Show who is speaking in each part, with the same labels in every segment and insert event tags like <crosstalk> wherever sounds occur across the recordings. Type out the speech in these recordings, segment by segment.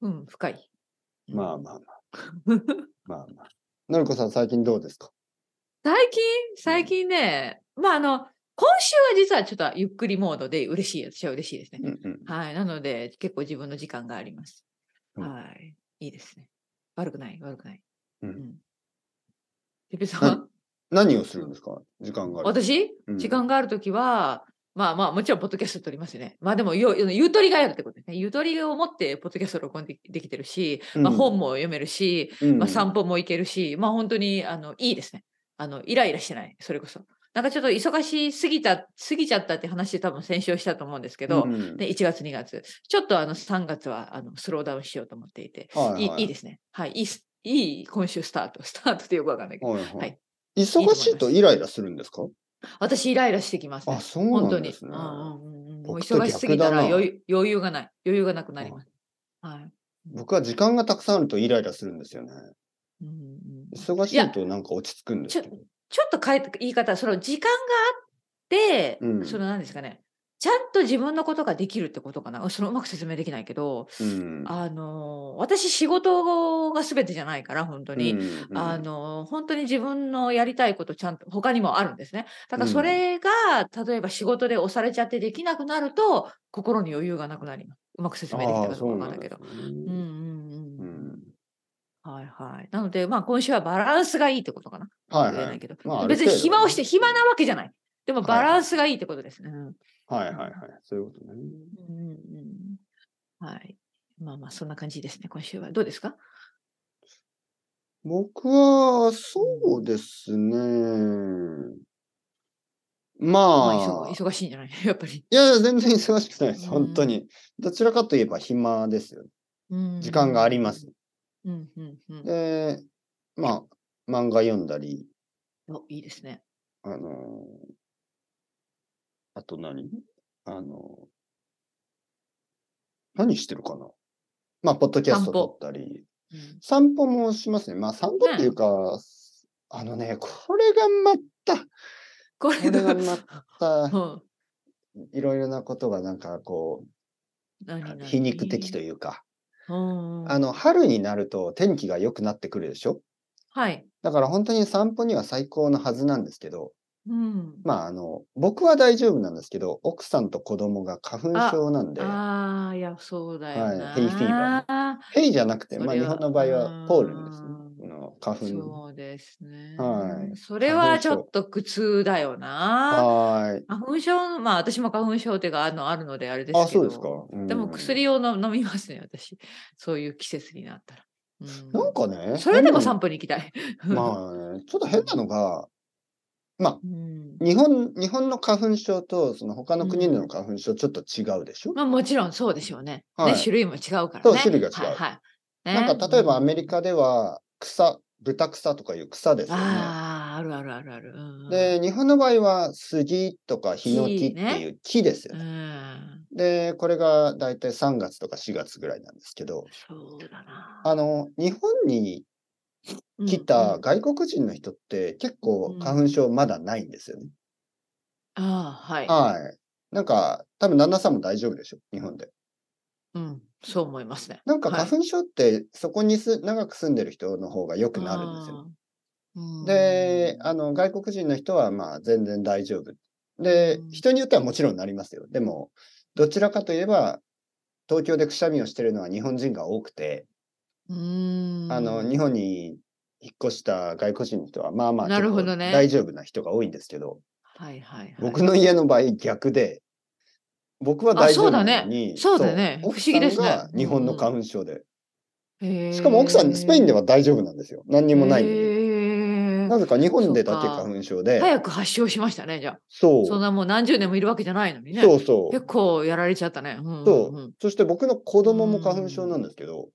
Speaker 1: うん、深い。 <laughs>
Speaker 2: まあまあまあ。まあまあ。のりこさん、最近どうですか
Speaker 1: 最近最近ね、まああの、今週は実はちょっとゆっくりモードで嬉しい、私は嬉しいですね。
Speaker 2: うんうん、
Speaker 1: はい。なので、結構自分の時間があります。うん、はい。いいですね。悪くない、悪くない。
Speaker 2: うん。
Speaker 1: て、う、ぺ、ん、さん
Speaker 2: 何をするんですか時間がある。
Speaker 1: 私、うん、時間があるときは、まあまあ、もちろん、ポッドキャスト撮りますよね。まあでも、ゆとりがあるってことですね。ゆとりを持って、ポッドキャスト録音できてるし、まあ本も読めるし、うん、まあ散歩も行けるし、まあ本当に、あの、いいですね。あの、イライラしてない。それこそ。なんかちょっと忙しすぎた、過ぎちゃったって話で多分先週したと思うんですけど、うん、で1月2月、ちょっとあの3月はあのスローダウンしようと思っていて、はいはい、いいですね。はい、いい、いい今週スタート、 <laughs> スタートってよくわかんないけど、はい、はいはい、
Speaker 2: 忙しいとイライラするんですか
Speaker 1: 私イライラしてきます、ね、
Speaker 2: あ、そうなんです
Speaker 1: ね。本当に。うん、もう忙しすぎたら余裕がない。余裕がなくなります。はい。
Speaker 2: 僕は時間がたくさんあるとイライラするんですよね。
Speaker 1: うん、
Speaker 2: 忙しいとなんか落ち着くんですけど。
Speaker 1: ちょっと変えた言い方、その時間があって、うん、その何ですかね、ちゃんと自分のことができるってことかな。そのうまく説明できないけど、
Speaker 2: うん、
Speaker 1: あの、私仕事が全てじゃないから、本当に、うんうん、あの、本当に自分のやりたいことちゃんと、他にもあるんですね。だからそれが、例えば仕事で押されちゃってできなくなると、心に余裕がなくなります。うまく説明できたかどうかわかんないけど。うんうんうん。はいはい。なので、まあ今週はバランスがいいってことかな。。
Speaker 2: はい、はい
Speaker 1: まあ、別に暇をして暇なわけじゃない。でもバランスがいいってことですね。
Speaker 2: はいはいはい。そういうことね。
Speaker 1: うんうん、はい。まあまあ、そんな感じですね、今週は。どうですか
Speaker 2: 僕は、そうですね。まあ、
Speaker 1: まあ、忙しいんじゃない <laughs> やっぱり。
Speaker 2: いや、全然忙しくないです。本当に。どちらかといえば暇ですよ。時間があります。
Speaker 1: うんうんうん、
Speaker 2: で、まあ、漫画読んだり。
Speaker 1: お、いいですね。
Speaker 2: あのー、あと何あのー、何してるかなまあ、ポッドキャスト撮ったり、
Speaker 1: うん、
Speaker 2: 散歩もしますね。まあ、散歩っていうか、ね、あのね、これがまた、
Speaker 1: これ
Speaker 2: がま
Speaker 1: <laughs>
Speaker 2: た、いろいろなことがなんかこう、皮肉的というか。あの春になると天気が良くなってくるでしょ
Speaker 1: はい。
Speaker 2: だから本当に散歩には最高のはずなんですけど、
Speaker 1: うん、
Speaker 2: まああの僕は大丈夫なんですけど奥さんと子供が花粉症なんで
Speaker 1: ああいやそうだよ
Speaker 2: はい、ヘイフィーバー、ね、ヘイじゃなくて、まあ、日本の場合はポールンですねの花粉
Speaker 1: そうですね、
Speaker 2: はい、
Speaker 1: それはちょっと苦痛だよな
Speaker 2: はい
Speaker 1: 花粉症まあ私も花粉症ってがあのあるのであれですけど
Speaker 2: あそうですか、うん、
Speaker 1: でも薬をの飲みますね私 <laughs> そういう季節になったら、
Speaker 2: うん、なんかね
Speaker 1: それでも散歩に行きたい <laughs>
Speaker 2: まあ、ね、ちょっと変なのがまあ、うん、日本日本の花粉症とその他の国の花粉症ちょっと違うでしょ、うん
Speaker 1: まあ、もちろんそうでしょうね,はい、ね。種類も違うからね。
Speaker 2: そう種類が違う。
Speaker 1: はい、はい
Speaker 2: ね、なんか例えばアメリカでは草、豚草とかいう草ですよね。。
Speaker 1: ああ、あるあるあるある、うん
Speaker 2: で、日本の場合は杉とかヒノキっていう木ですよね。
Speaker 1: ね
Speaker 2: で、これが大体3月とか4月ぐらいなんですけど、
Speaker 1: そうだな
Speaker 2: あの、日本に来た外国人の人って結構花粉症まだないんですよね。
Speaker 1: うんうん、ああ、はい。
Speaker 2: はい。なんか、多分旦那さんも大丈夫でしょ、日本で。
Speaker 1: うん、そう思いますね。
Speaker 2: なんか花粉症って、はい、そこにす長く住んでる人の方が良くなるんですよ。で、あの、外国人の人は、まあ、全然大丈夫。で、人によってはもちろんなりますよ。でも、どちらかといえば、東京でくしゃみをしてるのは日本人が多くて、
Speaker 1: あの、
Speaker 2: 日本に引っ越した外国人の人は、まあまあ、
Speaker 1: なるほどね。
Speaker 2: 大丈夫な人が多いんですけど、
Speaker 1: はいはい、はい、
Speaker 2: 僕の家の場合逆で、僕は大丈夫なのに、
Speaker 1: そうだね。不思議ですね。
Speaker 2: 日本の花粉症で、
Speaker 1: うん。
Speaker 2: しかも奥さん、スペインでは大丈夫なんですよ。何にもないの
Speaker 1: に。
Speaker 2: なぜか日本でだけ花粉症で。
Speaker 1: 早く発症しましたね、じゃあ。
Speaker 2: そう。
Speaker 1: そんなもう何十年もいるわけじゃないのにね。。
Speaker 2: そうそう
Speaker 1: 結構やられちゃったね。うんうん、
Speaker 2: そう。そして僕の子供も花粉症なんですけど、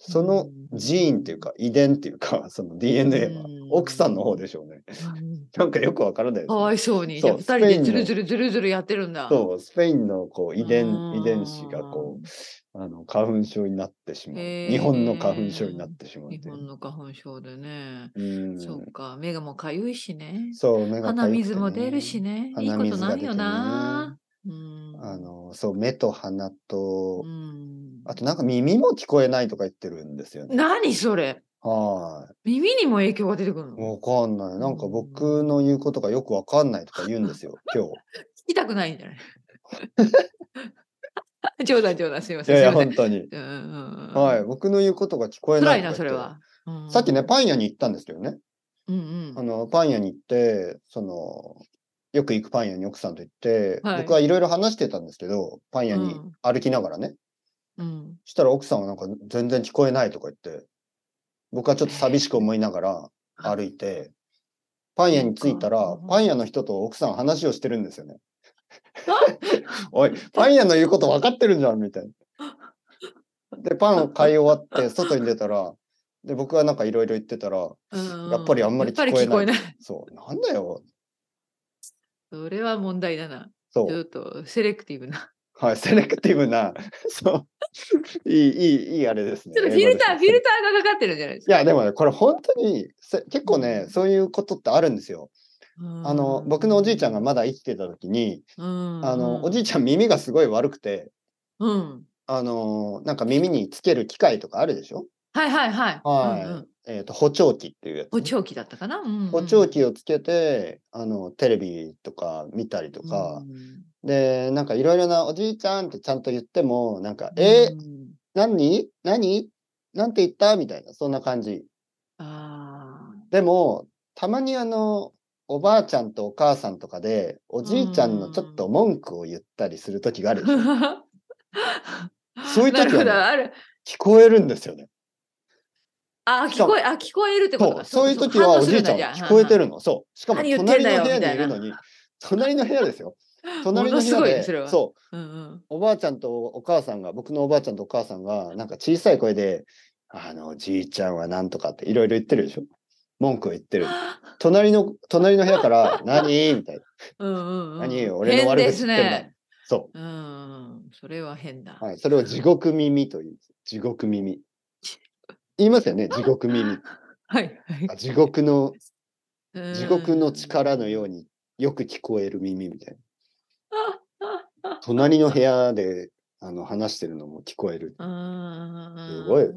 Speaker 2: そのジーンっていうか、遺伝っていうか、 <laughs> その DNA は、奥さんの方でしょうね。 <laughs> なんかよくわからないです、ね、
Speaker 1: かわいそうに。そう2人でズルズルズルズルやってるんだ。
Speaker 2: そう、スペインのこう遺伝、遺伝子がこう、あの、花粉症になってしまう。日本の花粉症になってしまう
Speaker 1: 日本の花粉症でね。
Speaker 2: うん。
Speaker 1: そうか、目がもうかゆいしね。
Speaker 2: そう、目が
Speaker 1: かゆ、ね、鼻水も出るしね。いいことないよな。
Speaker 2: うん、あのそう目と鼻と、
Speaker 1: うん、
Speaker 2: あとなんか耳も聞こえないとか言ってるんですよね。
Speaker 1: 何それ
Speaker 2: は
Speaker 1: 耳にも影響が出てくる
Speaker 2: い。
Speaker 1: の
Speaker 2: わかんない。なんか僕の言うことがよくわかんないとか言うんで
Speaker 1: <laughs>
Speaker 2: すよ、今日。
Speaker 1: 聞きたくないんじゃない <laughs> 冗談冗談すみま
Speaker 2: い
Speaker 1: せん。
Speaker 2: やいや、
Speaker 1: すみ
Speaker 2: 本
Speaker 1: ま
Speaker 2: 当に。
Speaker 1: せん。うんうんうん
Speaker 2: はい。。僕の言うことが聞こえな
Speaker 1: 辛
Speaker 2: い
Speaker 1: い
Speaker 2: と
Speaker 1: な、
Speaker 2: か
Speaker 1: それ
Speaker 2: 言って
Speaker 1: は。うん
Speaker 2: さっきね、、パン屋に行ったんですけどね。
Speaker 1: うんう
Speaker 2: あ
Speaker 1: ん。
Speaker 2: の、パン屋に行って、その、よく行くパン屋に奥さんと行って、
Speaker 1: はい
Speaker 2: 僕はいろいろ話してたんですけど、パン屋に
Speaker 1: うん
Speaker 2: 歩きながらね。
Speaker 1: うん
Speaker 2: したら奥さんはなんか全然聞こえないとか言って、僕はちょっと寂しく思いながら
Speaker 1: あ
Speaker 2: 歩いて、パン屋に着いた
Speaker 1: そ
Speaker 2: ら
Speaker 1: うか、
Speaker 2: パン屋の人と奥さん話をしてるんですよ
Speaker 1: <laughs>
Speaker 2: ね。
Speaker 1: あ <laughs>
Speaker 2: おい、パン屋の言うこと分かってるじゃん、みたいな。で、パンを買い終
Speaker 1: <laughs>
Speaker 2: わって、外に出たら、で、僕はなんかいろいろ言ってたら、
Speaker 1: うん
Speaker 2: やっぱりあんまり聞こえ
Speaker 1: やっぱ
Speaker 2: ない
Speaker 1: り聞こえない。
Speaker 2: そう、なんだよ。
Speaker 1: それは問題だな。
Speaker 2: そ
Speaker 1: ちょ
Speaker 2: う。
Speaker 1: っとセレクティブな。
Speaker 2: はい、セレクティブな、そう。いい、いい、いいあれですね。
Speaker 1: ちょっとフィルタ
Speaker 2: 英
Speaker 1: ー、フ
Speaker 2: 語で
Speaker 1: ィ
Speaker 2: す
Speaker 1: ルターがかかってるんじゃないです
Speaker 2: い
Speaker 1: か。
Speaker 2: や、でもね、これ本当に、せ結構ね、そういうことってあるんですよ。あの、僕のおじいちゃんがまだ生きてた時に、
Speaker 1: うん、うん
Speaker 2: あの、おじいちゃん耳がすごい悪くて、
Speaker 1: うん。
Speaker 2: あの、なんか耳につける機械とかあるでしょ
Speaker 1: はいはいはい。
Speaker 2: はい
Speaker 1: うんうん
Speaker 2: えっ、と、補聴器っていうやつ。
Speaker 1: 補聴器だったかな。うんうん
Speaker 2: 補聴器をつけて、あの、テレビとか見たりと
Speaker 1: う
Speaker 2: か、
Speaker 1: ん
Speaker 2: で、なんかいろいろなおじいちゃんってちゃんと言っても、なんか、え
Speaker 1: う
Speaker 2: ー、
Speaker 1: ん
Speaker 2: 何何なんて言ったみたいな、そんな感じ。
Speaker 1: あ
Speaker 2: でも、たまにあの、おばあちゃんとお母さんとかで、おじいちゃんのちょっと文句を言ったりする
Speaker 1: <laughs>
Speaker 2: 時があるでしょ
Speaker 1: ー
Speaker 2: そういう時はね
Speaker 1: なるほどある。
Speaker 2: 聞こえるんですよね。
Speaker 1: あ、聞こえ、あ、聞こえるってこと
Speaker 2: そう、
Speaker 1: か。
Speaker 2: そういう時はおじいちゃんは聞こえて
Speaker 1: る。
Speaker 2: るの。そう。しかも
Speaker 1: 何言ってん
Speaker 2: 隣
Speaker 1: だ
Speaker 2: の
Speaker 1: よ
Speaker 2: 部屋にいるのに、隣の部
Speaker 1: <laughs>
Speaker 2: 屋ですよ。隣
Speaker 1: も
Speaker 2: の部
Speaker 1: のす
Speaker 2: 屋
Speaker 1: ごいね
Speaker 2: で、
Speaker 1: それは
Speaker 2: そう、
Speaker 1: 反応するんだじゃあうんうん
Speaker 2: おばあちゃんとお母さんが、僕のおばあちゃんとお母さんが、なんか小さい声で、あの、じいちゃんはなんとかっていろいろ言ってるでしょ。文句を言ってる。隣の、隣の部屋から、何みたいな。
Speaker 1: うんうんうん。
Speaker 2: 何俺の悪
Speaker 1: 変で
Speaker 2: 口
Speaker 1: す
Speaker 2: 言ってんだ
Speaker 1: ね。。
Speaker 2: そ
Speaker 1: うん。それは変だ。
Speaker 2: う。はい。それを地獄耳と言うんです。地獄耳。言いますよね、地獄耳。
Speaker 1: はい。はい
Speaker 2: あ地獄の
Speaker 1: うん
Speaker 2: 地獄の力のようによく聞こえる耳みたい
Speaker 1: <laughs>
Speaker 2: な。隣の部屋であの話してるのも聞こえる。
Speaker 1: す
Speaker 2: すごい。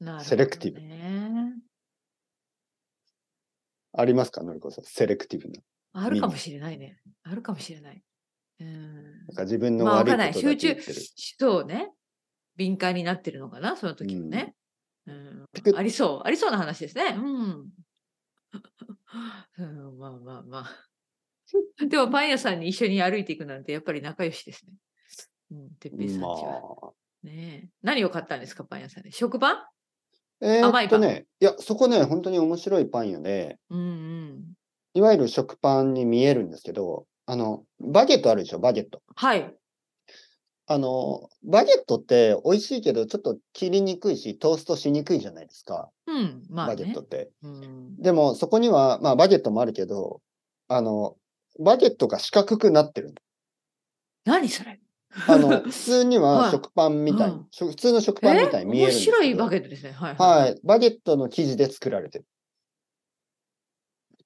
Speaker 1: なる
Speaker 2: セレクティブ
Speaker 1: ブ。ね
Speaker 2: ありますかのりこさん。セレクティブな。
Speaker 1: あるかもしれないね。あるかもしれない。うん
Speaker 2: なんか自分の
Speaker 1: まあ、わ
Speaker 2: 悪い
Speaker 1: か
Speaker 2: こ
Speaker 1: んない。
Speaker 2: とだ
Speaker 1: 集
Speaker 2: け言っ
Speaker 1: 中
Speaker 2: てる。、
Speaker 1: そうね。敏感になってるのかな、その時もね。うん
Speaker 2: ピクッ
Speaker 1: ありそう、ありそうな話ですね。うん。 <laughs> うん、まあまあま
Speaker 2: <laughs>
Speaker 1: あ。でも、パン屋さんに一緒に歩いていくなんて、やっぱり仲良しですね。うん、てっぺいさんち
Speaker 2: ま
Speaker 1: は。ねえ何を買ったんですか、パン屋さんで。食パン
Speaker 2: あ。え
Speaker 1: 甘
Speaker 2: ー、
Speaker 1: い
Speaker 2: っと
Speaker 1: パン
Speaker 2: ね、いや、そこね、本当に面白いパン屋で、
Speaker 1: うんうん。
Speaker 2: いわゆる食パンに見えるんですけど、あの、バゲットあるでしょ、バゲット。
Speaker 1: はい。
Speaker 2: あの、バゲットって美味しいけど、ちょっと切りにくいし、トーストしにくいじゃないですか、
Speaker 1: うん、まあ、ね。
Speaker 2: バゲットって。
Speaker 1: うん
Speaker 2: でも、そこには、まあ、バゲットもあるけど、あの、バゲットが四角くなってる。
Speaker 1: 何それ
Speaker 2: あの、普通に
Speaker 1: は
Speaker 2: はい食パンみたい、
Speaker 1: うん
Speaker 2: しょ普通の食パンみたい
Speaker 1: え
Speaker 2: に見える
Speaker 1: 面
Speaker 2: んですけど。
Speaker 1: 白いバゲットですね。はい、。
Speaker 2: はいい。バゲットの生地で作られてる。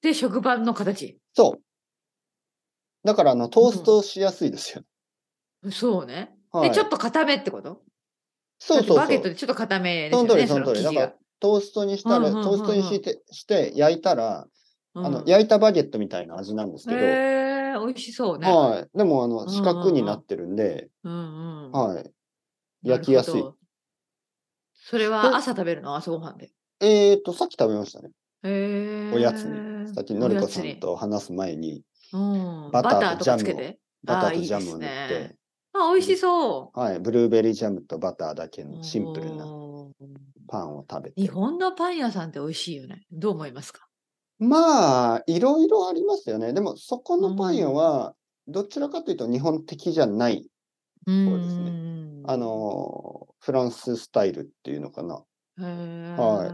Speaker 1: で、食パンの形。
Speaker 2: そう。だから、あの、トーストしやすいですよ。
Speaker 1: そうね。
Speaker 2: はい。
Speaker 1: で、ちょっと固めってこと
Speaker 2: そうそう
Speaker 1: だっ
Speaker 2: そ
Speaker 1: てバ
Speaker 2: う。
Speaker 1: ゲットでちょっと固めです
Speaker 2: そ
Speaker 1: よ
Speaker 2: の通
Speaker 1: ね。
Speaker 2: り、その通り。
Speaker 1: 生
Speaker 2: だ
Speaker 1: 地
Speaker 2: か
Speaker 1: が
Speaker 2: ら、トーストにしたら、
Speaker 1: うんうんうんうん
Speaker 2: トーストにして、して焼いたら、
Speaker 1: うん
Speaker 2: あの、焼いたバゲットみたいな味なんですけど、
Speaker 1: へえ美味しそうね。
Speaker 2: はい。でも、あ
Speaker 1: うん
Speaker 2: の、
Speaker 1: うん
Speaker 2: 四角になってるんで、
Speaker 1: うんうん。
Speaker 2: はい。
Speaker 1: いなるほど
Speaker 2: 焼きやすい。
Speaker 1: それは朝食べるの朝ごはんで。
Speaker 2: えーと、さっき食べましたね。
Speaker 1: へえ
Speaker 2: おやつに。さっきのりこさん。と話す前に、
Speaker 1: おやつにうん、
Speaker 2: バ
Speaker 1: バ
Speaker 2: タ
Speaker 1: タ
Speaker 2: ーと
Speaker 1: ーとかつけて。
Speaker 2: バタ
Speaker 1: あ
Speaker 2: ー
Speaker 1: ー
Speaker 2: と
Speaker 1: いい
Speaker 2: ジャ
Speaker 1: で
Speaker 2: ムを
Speaker 1: す
Speaker 2: 塗っ
Speaker 1: ね
Speaker 2: て、
Speaker 1: あ、美味しそ
Speaker 2: はい、ブルーベリージャムとバターだけ
Speaker 1: う。
Speaker 2: のシンプルな
Speaker 1: うん
Speaker 2: パンを食べて。
Speaker 1: 日本のパン屋さんって美味しいよね。どう思いますか
Speaker 2: まあ、いろいろありますよね。でも、そこのパン屋は、どちらかというと日本的じゃない。
Speaker 1: そう
Speaker 2: ですね
Speaker 1: ね
Speaker 2: あ、のー、フランススタイルっていうのかな。
Speaker 1: へー
Speaker 2: は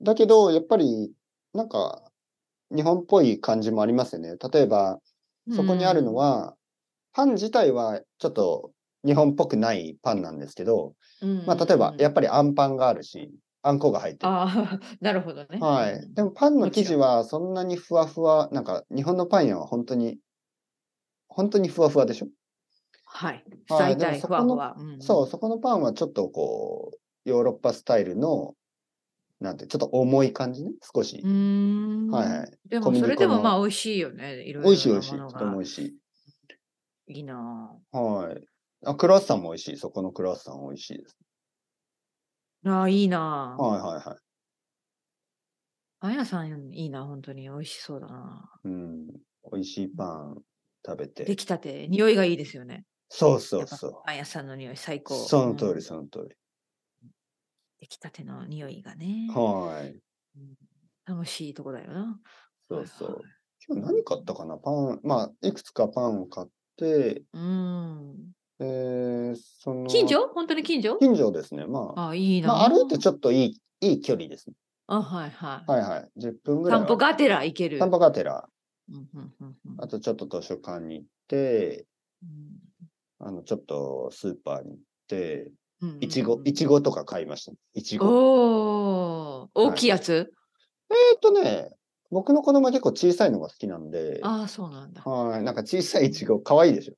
Speaker 2: いだけど、やっぱり、なんか、日本っぽい感じもありますよね。例えば、そこにあるの、は、パン自体はちょっと日本っぽくないパンなんですけど、
Speaker 1: うん
Speaker 2: まあ、例えば、やっ
Speaker 1: ぱ
Speaker 2: ぱりあんパンがあるし、あんこが入ってる。
Speaker 1: ああ、 <laughs> なるほどね。
Speaker 2: はい。でも、パンの生地はそんなにふわふわ、なんか、日本のパン屋は本当に、本当にふわふわでしょ
Speaker 1: はい。
Speaker 2: はい
Speaker 1: 大体、
Speaker 2: でもそ
Speaker 1: ふ
Speaker 2: こ
Speaker 1: わ
Speaker 2: の
Speaker 1: ふわ。うん
Speaker 2: そう、そこのパンはちょっとこう、ヨーロッパスタイルの、なんて、ちょっと重い感じね、少し
Speaker 1: う。ーん。
Speaker 2: はいはい。
Speaker 1: で
Speaker 2: 小
Speaker 1: も
Speaker 2: 麦粉
Speaker 1: それでも
Speaker 2: の
Speaker 1: まあ美味しいよね。いろいろな
Speaker 2: 美味しい美味しい。
Speaker 1: も
Speaker 2: と
Speaker 1: の
Speaker 2: ても
Speaker 1: が
Speaker 2: 美味しい。
Speaker 1: いいな
Speaker 2: はい。あ、クロワッサンも美味しい。そこのクロワッサン美味しいです。
Speaker 1: ぁ。ああ、いいなぁ。
Speaker 2: はいはいはい。
Speaker 1: あやさんいいな、本当に。美味しそうだな
Speaker 2: うん。美味しいパン食べ
Speaker 1: ぁ。出
Speaker 2: て。
Speaker 1: 来たて、匂いがいいですよね。
Speaker 2: そうそうそ
Speaker 1: あやさんの匂い最
Speaker 2: う。
Speaker 1: 高。
Speaker 2: その通
Speaker 1: うん
Speaker 2: り、その通り。
Speaker 1: 出来たての匂いがね。
Speaker 2: はい。
Speaker 1: うん楽しいとこだよな。
Speaker 2: そうそ
Speaker 1: はいは
Speaker 2: う。今日何買ったかなパン、まあ、いくつかパンを買って、
Speaker 1: うん。
Speaker 2: えー、その。
Speaker 1: 近所本当に近所
Speaker 2: 近所ですね。まあ、
Speaker 1: ああ、いいなぁ。
Speaker 2: まあ、歩いてちょっといい、いい距離ですね。
Speaker 1: あ、はいはい。
Speaker 2: はいはい。10分ぐらい
Speaker 1: 散
Speaker 2: は。
Speaker 1: 歩がてら行ける。
Speaker 2: 散歩がてら。
Speaker 1: うんうんうんうん
Speaker 2: あとちょっと図書館に行って、
Speaker 1: うん
Speaker 2: あの、ちょっとスーパーに行って、
Speaker 1: うんうんうん
Speaker 2: いちご、いちごとか買いました、ね。いちご。
Speaker 1: おお、大きいやつ、
Speaker 2: えーっとね、僕の子供は結構小さいのが好きなんで、
Speaker 1: ああ、そうなんだ。
Speaker 2: はい。なんか小さいいちご、かわいいでしょ。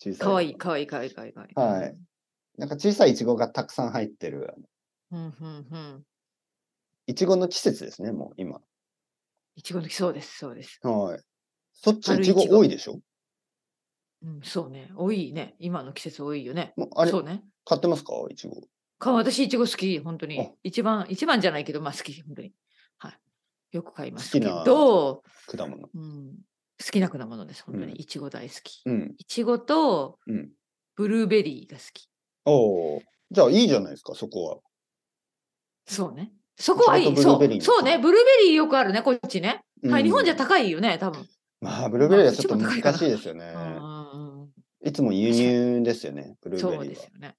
Speaker 2: ちょっと小さい。
Speaker 1: かわいい、かわいい、かわいい、かわいい。かわ
Speaker 2: はいなんか小さいいちごがたくさん入ってる、あの
Speaker 1: うんうんうん。
Speaker 2: いちごの季節ですね、もう今。
Speaker 1: いちごの木、そうです、そうです。
Speaker 2: はい。そっちい
Speaker 1: 春
Speaker 2: ちご
Speaker 1: いちご
Speaker 2: 多いでしょ
Speaker 1: うん、そうね。多いね。今の季節多いよね。
Speaker 2: もうあれ
Speaker 1: そ、うね。
Speaker 2: 買ってますかいちご。
Speaker 1: か私、いちご好き、本当
Speaker 2: あ
Speaker 1: に。一番、一番じゃないけど、まあ好き、本当に。はい。よく買いますけ
Speaker 2: 好き
Speaker 1: ど、
Speaker 2: 果物。
Speaker 1: うん、好きな果物です、本当
Speaker 2: う
Speaker 1: に。
Speaker 2: ん
Speaker 1: いちご大好き。
Speaker 2: うん。
Speaker 1: いちごと
Speaker 2: うん。
Speaker 1: ブルーベリーが好き。
Speaker 2: おお。じゃあいいじゃないですか、そこは。
Speaker 1: そうね。そこはい
Speaker 2: ちご
Speaker 1: い。
Speaker 2: と
Speaker 1: そ
Speaker 2: ブルーベリー
Speaker 1: う。そうね。ブルーベリーよくあるね、こっちね。はい。日本じゃ
Speaker 2: うん
Speaker 1: 高いよね、多分。
Speaker 2: まあ、ブルーベリーはちょっと
Speaker 1: まあこっちも高いか
Speaker 2: 難
Speaker 1: な
Speaker 2: しいですよね。
Speaker 1: うんうん
Speaker 2: いつも輸入ですよね、ブ
Speaker 1: う
Speaker 2: ル
Speaker 1: ん
Speaker 2: ー
Speaker 1: そう
Speaker 2: ベリ
Speaker 1: で
Speaker 2: ー
Speaker 1: すよね。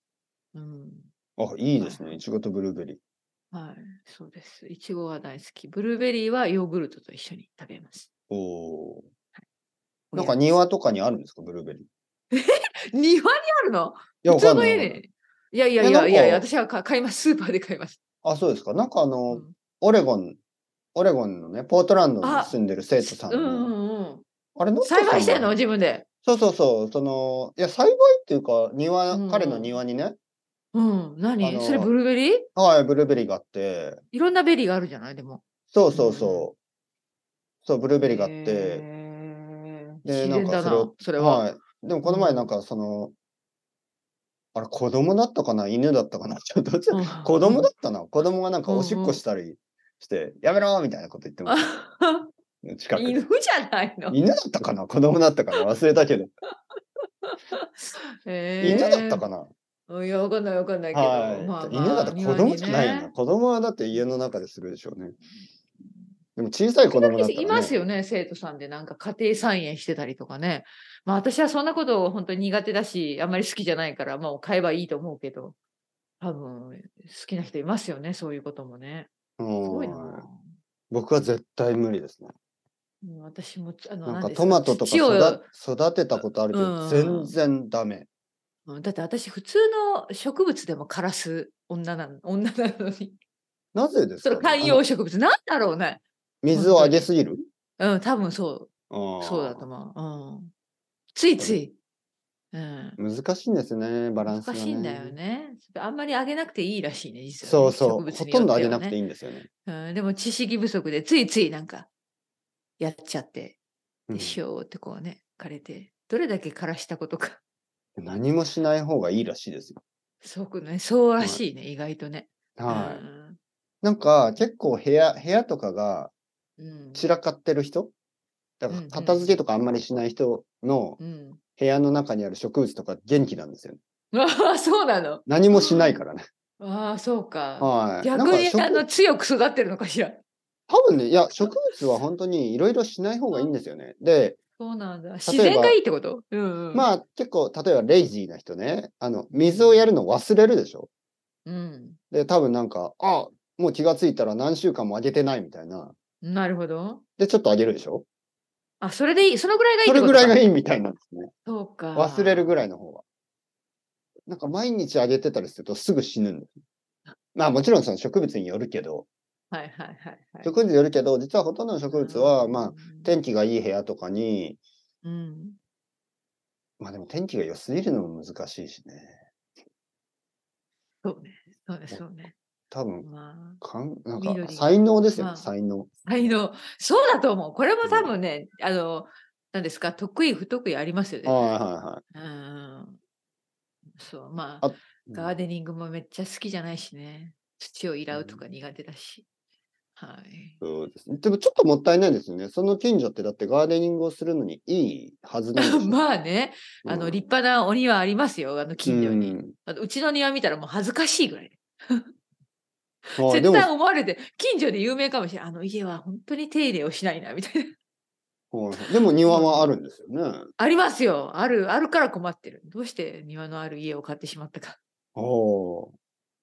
Speaker 1: うん。
Speaker 2: は。あ、いいですね。いちごとブルーベリー。
Speaker 1: はい。そうです。いちごは大好き。ブルーベリーはヨーグルトと一緒に食べます。
Speaker 2: おお。
Speaker 1: おや
Speaker 2: なんか庭とかにあるんですか、ブルーベリー。い
Speaker 1: 庭にあるの
Speaker 2: や、
Speaker 1: 普通
Speaker 2: わかん
Speaker 1: の
Speaker 2: ない
Speaker 1: 家
Speaker 2: わかんない。
Speaker 1: に。いやいや
Speaker 2: い
Speaker 1: い
Speaker 2: や
Speaker 1: やいやいや、
Speaker 2: なんか
Speaker 1: 私は買買います。スーパーで買います。
Speaker 2: あ、そうですか。なんかあの、
Speaker 1: うん
Speaker 2: オレゴン、オレゴンのね、ポートランドに
Speaker 1: あ
Speaker 2: 住んでる生徒さん
Speaker 1: う
Speaker 2: の、
Speaker 1: んうんうん。
Speaker 2: あれ、ノッチさ
Speaker 1: 栽培してん
Speaker 2: は
Speaker 1: の自分で。
Speaker 2: そうそうそう。その、いや、栽培っていうか、庭、
Speaker 1: うん
Speaker 2: 彼の庭にね、
Speaker 1: うん。
Speaker 2: あ
Speaker 1: 何
Speaker 2: の
Speaker 1: それブルーベリー
Speaker 2: はい、ブルーベリーがあって、
Speaker 1: いろんなベリーがあるじゃないでも。
Speaker 2: そうそう
Speaker 1: う
Speaker 2: そう。そう、ブルーベリーがあって、
Speaker 1: へー
Speaker 2: で
Speaker 1: 自
Speaker 2: なん
Speaker 1: 然
Speaker 2: か
Speaker 1: だ
Speaker 2: それを
Speaker 1: な、それは。
Speaker 2: い。でもこの前
Speaker 1: うん
Speaker 2: なんかその、あれ子供だったかな犬だったかなちょっとどっちだ
Speaker 1: うん
Speaker 2: 子供だったな子供がなんかおしっ
Speaker 1: うんう
Speaker 2: こ
Speaker 1: ん
Speaker 2: したりして、やめろみたいなこと言ってまし
Speaker 1: あ
Speaker 2: た。近く
Speaker 1: <laughs>
Speaker 2: で
Speaker 1: 犬じゃないの。
Speaker 2: 犬だったかな子供だったかな忘れたけど。犬
Speaker 1: 犬
Speaker 2: だったかな、
Speaker 1: いや、わかんないわかんないけど。
Speaker 2: はい、
Speaker 1: まあ
Speaker 2: 犬だったら子供じゃないよな、
Speaker 1: ね。
Speaker 2: 子供はだって家の中でするでしょうね。でも小さい子供だったら、ね。
Speaker 1: いますよね、生徒さんでなんか家庭菜園してたりとかね。まあ私はそんなことを本当に苦手だし、あんまり好きじゃないから、もう買えばいいと思うけど、多分好きな人いますよね、そういうこともね。
Speaker 2: うん
Speaker 1: すごいな。
Speaker 2: 僕は絶対無理ですね。
Speaker 1: うん私もつあの
Speaker 2: な
Speaker 1: 何
Speaker 2: んか
Speaker 1: です
Speaker 2: トマトと
Speaker 1: 土を
Speaker 2: か育育てたことあるけ
Speaker 1: う
Speaker 2: ど、
Speaker 1: ん
Speaker 2: 全然ダメ。
Speaker 1: うんだって私普通の植物でもカラス女なの女なのに
Speaker 2: なぜです
Speaker 1: そ
Speaker 2: か、
Speaker 1: の観
Speaker 2: あ
Speaker 1: 葉
Speaker 2: の
Speaker 1: 植物なんだろうね
Speaker 2: 水をあげすぎる
Speaker 1: うん多分そうそうだと
Speaker 2: 思
Speaker 1: 思う。うん、ついつい。うん、
Speaker 2: う。難しいんですね、バラン
Speaker 1: 難
Speaker 2: スが、ね。
Speaker 1: しいんだよ。ね。あんまり上げなくていいらしいね、実は
Speaker 2: そ
Speaker 1: ね、
Speaker 2: うそう。ほとんどあげなくてい
Speaker 1: い、
Speaker 2: いんですよね。
Speaker 1: うん。でも知識不足でついついなんかやっちゃって、
Speaker 2: うん
Speaker 1: でしょうってこうね、枯れて、どれだけ枯らしたことか。 <laughs>
Speaker 2: 何もしない方がいいらしいですよ。
Speaker 1: そうくないそうらしいね、意外とね。
Speaker 2: はい。
Speaker 1: うん
Speaker 2: なんか結構部屋、部屋とかが
Speaker 1: うん
Speaker 2: 散らかってる人だから
Speaker 1: うんうん
Speaker 2: 片付けとかあんまりしない人の
Speaker 1: うん、 <laughs>
Speaker 2: 部屋の中にある植物とか元気なんですよ、ね。
Speaker 1: ああ、そうなの。
Speaker 2: 何もしないからね。
Speaker 1: ああ、そうか。
Speaker 2: はい。
Speaker 1: 逆
Speaker 2: なんか
Speaker 1: に
Speaker 2: 植
Speaker 1: あの強く育ってるのかしら。
Speaker 2: 多分ね、いや、植物は本当にいろいろしない方がいいんですよね。で、
Speaker 1: そうなんだ。自然がいいってことうん、うん。あ、
Speaker 2: まあ結構、例えばレイジーな人ね、あの、水をやるの忘れるでしょ
Speaker 1: うん。
Speaker 2: で、多分なんか、あ、もう気がついたら何週間もあげてないみたいな。
Speaker 1: なるほど。
Speaker 2: で、ちょっとあげるでしょ
Speaker 1: あ、それでいい。そのぐらいがいい
Speaker 2: そ
Speaker 1: って
Speaker 2: れ
Speaker 1: こ
Speaker 2: ぐ
Speaker 1: と
Speaker 2: らい
Speaker 1: か
Speaker 2: がいいみたいなんですね。
Speaker 1: そうか。
Speaker 2: 忘れるぐらいの方が。なんか毎日あげてたりするとすぐ死ぬんです。まあもちろんその植物によるけど、
Speaker 1: はいはいはい、はい。
Speaker 2: 植物によるけど、実はほとんどの植物は、まあ
Speaker 1: あ、
Speaker 2: 天気がいい部屋とかに
Speaker 1: うん。
Speaker 2: まあでも天気が良すぎるのも難しいしね。
Speaker 1: そうね。そうね。そうね。
Speaker 2: 多分、
Speaker 1: まあ、
Speaker 2: かんなんか
Speaker 1: 緑が
Speaker 2: 才能ですよ
Speaker 1: ま
Speaker 2: ね、
Speaker 1: あ
Speaker 2: 才能。
Speaker 1: 才能。そうだと思う。これも多分ね、あの、何ですか、得意、不得意ありますよ
Speaker 2: はい
Speaker 1: ね。
Speaker 2: は
Speaker 1: うん。そう、ま
Speaker 2: あ
Speaker 1: あ、
Speaker 2: いは
Speaker 1: ガー
Speaker 2: い。
Speaker 1: デニングもめっちゃ好きじゃないしね。土をいらうとか苦手だし。はい。
Speaker 2: そうですね。でもちょっともったいないですよね。その近所ってだってガーデニングをするのにいいはずなんですよ。
Speaker 1: <laughs> まあね、あ
Speaker 2: う
Speaker 1: の、
Speaker 2: ん
Speaker 1: 立派なお庭ありますよ、あの近所
Speaker 2: う
Speaker 1: に。
Speaker 2: ん
Speaker 1: あのうちの庭見たらもう恥ずかしいぐらい。
Speaker 2: あで
Speaker 1: 絶
Speaker 2: も
Speaker 1: 対思われて、近所で有名かもしれない。あの家は本当に手入れをしないな、みたいな。 <laughs>
Speaker 2: はいでも庭はあるんですよね。
Speaker 1: ありますよ。ある、あるから困ってる。どうして庭のある家を買ってしまったか。
Speaker 2: おー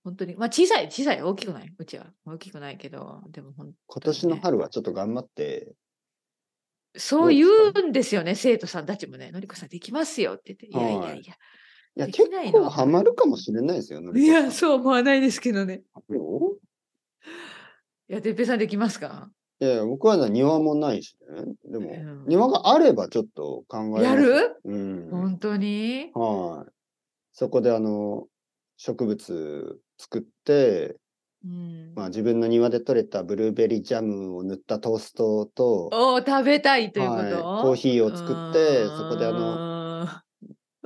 Speaker 1: 本当に。まあ小さい、小さい、大きくない。うちは。大きくないけど、でもほん
Speaker 2: 今年の春はちょっと頑張って、
Speaker 1: そう言うんですよね、生徒さんたちもね。のりこさんできますよって言って。いやい
Speaker 2: は
Speaker 1: や
Speaker 2: い
Speaker 1: いや。
Speaker 2: いや、
Speaker 1: で
Speaker 2: 結
Speaker 1: きないな
Speaker 2: 構ハマるかもしれないですよ。の
Speaker 1: い
Speaker 2: りこさん
Speaker 1: や、そう思わないですけどね。
Speaker 2: そう
Speaker 1: いや、てっぺいさんできますか
Speaker 2: いや、僕はね庭もないしね。でも、
Speaker 1: うん
Speaker 2: 庭があればちょっと考えます
Speaker 1: やる
Speaker 2: うん。
Speaker 1: 本当に
Speaker 2: はい。そこであの、植物作って、
Speaker 1: うん。
Speaker 2: まあ自分の庭で採れたブルーベリージャムを塗ったトーストと、
Speaker 1: おー食べたいということ、
Speaker 2: はいコーヒーを作って、そこであの、
Speaker 1: の、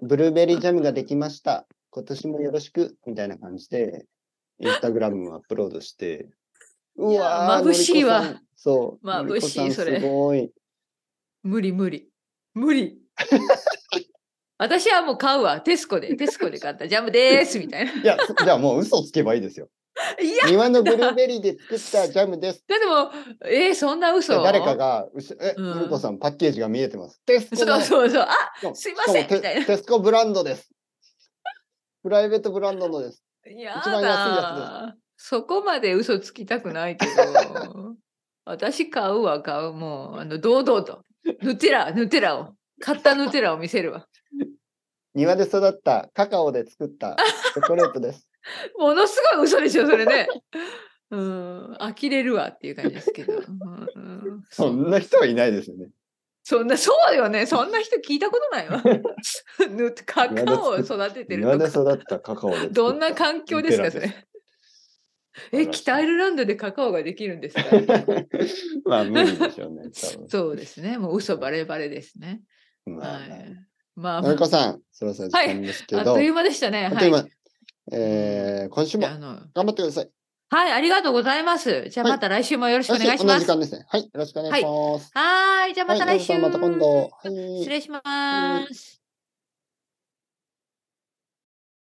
Speaker 2: ブルーベリージャムができました。今年もよろしく、みたいな感じで、インスタグラムをアップロードして、う
Speaker 1: いや
Speaker 2: わー
Speaker 1: 眩しいわ。
Speaker 2: のりこさんそう。
Speaker 1: 眩
Speaker 2: のりこさん
Speaker 1: しいそれ
Speaker 2: すごい。
Speaker 1: 無理無理。無理。私はもう買うわ。テスコで、テスコで買ったジャムでーすみたいな。い
Speaker 2: いや、そじゃあもう嘘つけばいいですよ。
Speaker 1: や、
Speaker 2: 庭のブルーベリーで作ったジャムです。
Speaker 1: でも、えー、そんな嘘
Speaker 2: 誰かが、うしえ、
Speaker 1: うん
Speaker 2: のりこさんパッケージが見えてます。テスコ
Speaker 1: そ
Speaker 2: の
Speaker 1: うそうそう。あ
Speaker 2: そう
Speaker 1: すいません
Speaker 2: しかもテ
Speaker 1: みたいな
Speaker 2: テスコブランドです。プライベートブランドのです。
Speaker 1: や
Speaker 2: 一番安いや
Speaker 1: だ。そこまで嘘つきたくないけ
Speaker 2: <laughs>
Speaker 1: ど。私買うわ、買う。もう、あの、堂々と。ヌテラ、ヌテラを。買ったヌテラを見せるわ。
Speaker 2: 庭で育ったカカオで作ったチョコレー
Speaker 1: <laughs>
Speaker 2: トです。
Speaker 1: ものすごい嘘でしょ、それね。うん、呆れるわっていう感じですけど。うんうん
Speaker 2: そんな人はいないですよね。
Speaker 1: そんな、 <laughs> そうよね。そんな人聞いたことない
Speaker 2: <laughs>
Speaker 1: わ。ぬカカオを育ててると
Speaker 2: 庭で
Speaker 1: か。
Speaker 2: 育ったカカオで作った。
Speaker 1: どんな環境ですか、それ。
Speaker 2: ら
Speaker 1: え、
Speaker 2: しい
Speaker 1: 北アイルランドでカカオができるんですか
Speaker 2: <laughs> まあ無理でしょうね。
Speaker 1: <laughs> そうですね。もう嘘バレバレですね。
Speaker 2: 多分まあ
Speaker 1: は
Speaker 2: まあ
Speaker 1: い。まあ、
Speaker 2: のりこ
Speaker 1: あ
Speaker 2: さん、そろそろ時間ですけど、
Speaker 1: っという
Speaker 2: う
Speaker 1: 間でしたね。
Speaker 2: あっ
Speaker 1: は
Speaker 2: とい
Speaker 1: い。
Speaker 2: う間えー今
Speaker 1: じ
Speaker 2: 週も
Speaker 1: ゃああの
Speaker 2: 頑張ってください。
Speaker 1: はい、ありがとうございます。じゃあ
Speaker 2: はい
Speaker 1: また来週もよろしくお願いし
Speaker 2: 同
Speaker 1: ま
Speaker 2: じ時
Speaker 1: す。は
Speaker 2: 間ですね。はい、よろしくお願いします。
Speaker 1: ーい、じゃあまた
Speaker 2: はい
Speaker 1: 来週。
Speaker 2: また今度。はい。
Speaker 1: 失礼します。